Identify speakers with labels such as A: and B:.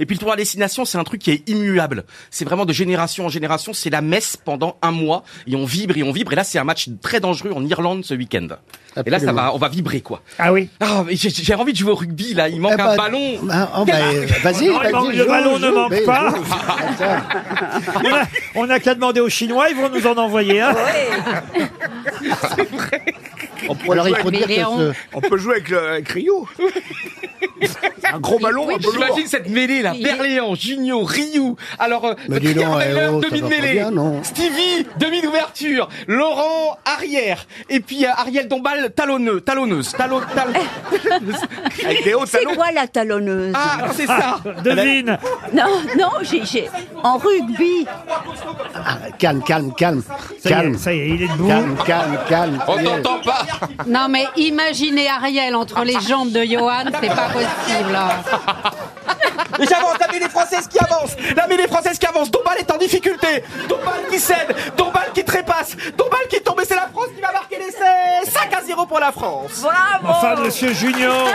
A: Et puis le tournoi à destination, c'est un truc qui est immuable. C'est vraiment de génération en génération. C'est la messe pendant un mois et on vibre et on vibre. Et là, c'est un match très dangereux en Irlande ce week-end. Et là, ça va, on va vibrer quoi.
B: Ah oui.
A: Ah, mais j'ai- j'ai envie de jouer au rugby là. Il manque
C: bah,
A: un ballon.
C: Ah, oh, bah, euh, vas-y,
B: Non, il manque-
C: vas-y.
B: le
C: joue,
B: ballon ne
C: joue,
B: manque
C: mais-
B: pas. On a- On n'a qu'à demander aux Chinois, ils vont nous en envoyer un.
D: On peut,
C: Ou alors il
D: jouer,
C: faut
E: Mais
C: dire que
E: il est
C: ce-
D: avec- on peut jouer avec, le, avec Rio. un gros ballon,
E: oui,
D: un peu lourd.
A: J'imagine cette mêlée là.
E: Il-
A: Berléand, Junio, Ryu. Alors, euh,
C: Mais dis donc,
A: Pierre
C: eh
A: Meller,
C: oh, ça
A: demi de
C: va pas
A: mêlée.
C: bien, non
A: Stevie, demi d'ouverture. Laurent, arrière. Et puis euh, Ariel Dombal, talonneux, talonneuse. Talon, talonneuse.
D: Avec des hauts
E: C'est
D: talons.
E: quoi la talonneuse
A: Ah, c'est ça.
B: Devine.
E: Non, non, j'ai, j'ai- en rugby.
C: Ah, calme, calme, calme.
B: Ça y est,
C: Calme,
B: ça y est, il est debout.
C: calme, calme, calme. ça y est.
A: pas.
F: Non, mais imaginez Ariel entre les jambes de Johan, c'est pas possible.
A: Et j'avance, la mêlée française qui avance. La mêlée française qui avance. Dombal est en difficulté. Dombal qui cède. Dombal qui trépasse. Dombal qui tombe. Et c'est la France qui va marquer l'essai. 5 à 0 pour la France.
E: Bravo
B: Enfin, monsieur Junior,